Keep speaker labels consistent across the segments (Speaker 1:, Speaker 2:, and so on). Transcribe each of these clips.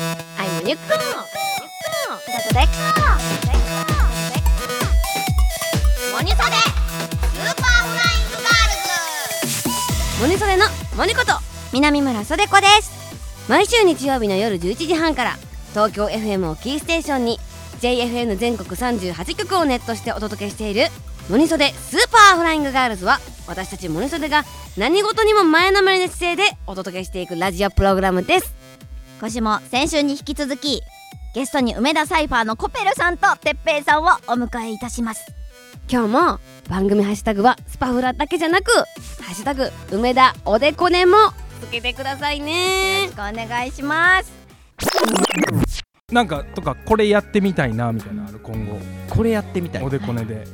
Speaker 1: ゆっくろだだだっこモニソデスーパーフライングガールズモニソデのモニこと南村そでこです毎週日曜日の夜11時半から東京 FM をキーステーションに JFN 全国38局をネットしてお届けしている「モニソデスーパーフライングガールズは」私たちモニソデが何事にも前のめりな姿勢でお届けしていくラジオプログラムです
Speaker 2: 今週も先週に引き続きゲストに梅田サイファーのコペルさんとてっぺいさんをお迎えいたします
Speaker 1: 今日も番組ハッシュタグはスパフラだけじゃなく「ハッシュタグ梅田おでこね」もつけてください
Speaker 2: よ
Speaker 1: ね
Speaker 2: ろしくお願いします
Speaker 3: なんかとかこれやってみたいなみたいなのある今後
Speaker 4: これやってみたい
Speaker 3: おでこねで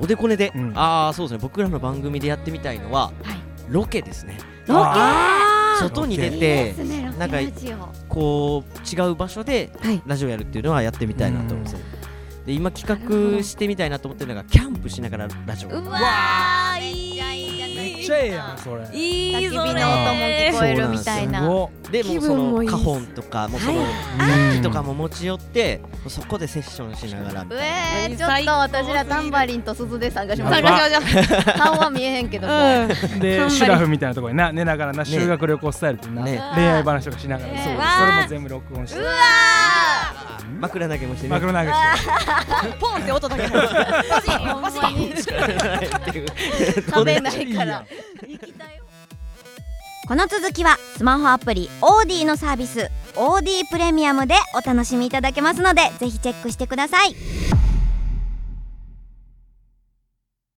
Speaker 4: おでこねで、
Speaker 3: うん
Speaker 4: ああそうですね僕らの番組でやってみたいのは、ロケですね
Speaker 3: ロケ
Speaker 1: あー
Speaker 4: 外に出
Speaker 3: ロ
Speaker 4: て
Speaker 2: ね
Speaker 4: なんかこう違う場所で
Speaker 1: はい
Speaker 4: ラジオやるっていうのはやってみたいなと思うんですよで今企画してみたいなと思ってるのがキャンプしながらラジオ
Speaker 1: うわーいい
Speaker 3: めっちゃええやんそれ
Speaker 1: いい
Speaker 2: 焚き火の
Speaker 1: そ
Speaker 2: 音も
Speaker 1: れ
Speaker 2: 聞こえるみたいな
Speaker 3: そ
Speaker 4: でもう
Speaker 1: 気
Speaker 4: そ
Speaker 1: 分も
Speaker 4: の
Speaker 1: いいっ
Speaker 4: 花
Speaker 1: す
Speaker 4: 本とかもうその
Speaker 1: は
Speaker 3: う
Speaker 4: 木とかも持ち寄ってそこでセッションしながらみたいな
Speaker 5: え
Speaker 1: うん
Speaker 5: ー、ちょっと私らタンバリンと鈴で参加しま
Speaker 3: や
Speaker 5: す
Speaker 3: ば
Speaker 5: 参加しました顔は見えへんけども、
Speaker 3: でシュラフみたいなとこにな寝ながらな修学旅行スタイルってな
Speaker 4: ね
Speaker 3: 恋愛話とかしながら
Speaker 5: ね
Speaker 3: そう
Speaker 5: う
Speaker 3: そ
Speaker 5: わ
Speaker 3: れも全部録音して
Speaker 4: 枕投げもしてみ
Speaker 3: マ
Speaker 4: る
Speaker 3: クロ投げして
Speaker 5: ポンって音だけ入るパシッパシ ッ
Speaker 4: っていう
Speaker 5: 食べないから
Speaker 2: この続きはスマホアプリオーディのサービスオーディプレミアムでお楽しみいただけますのでぜひチェックしてください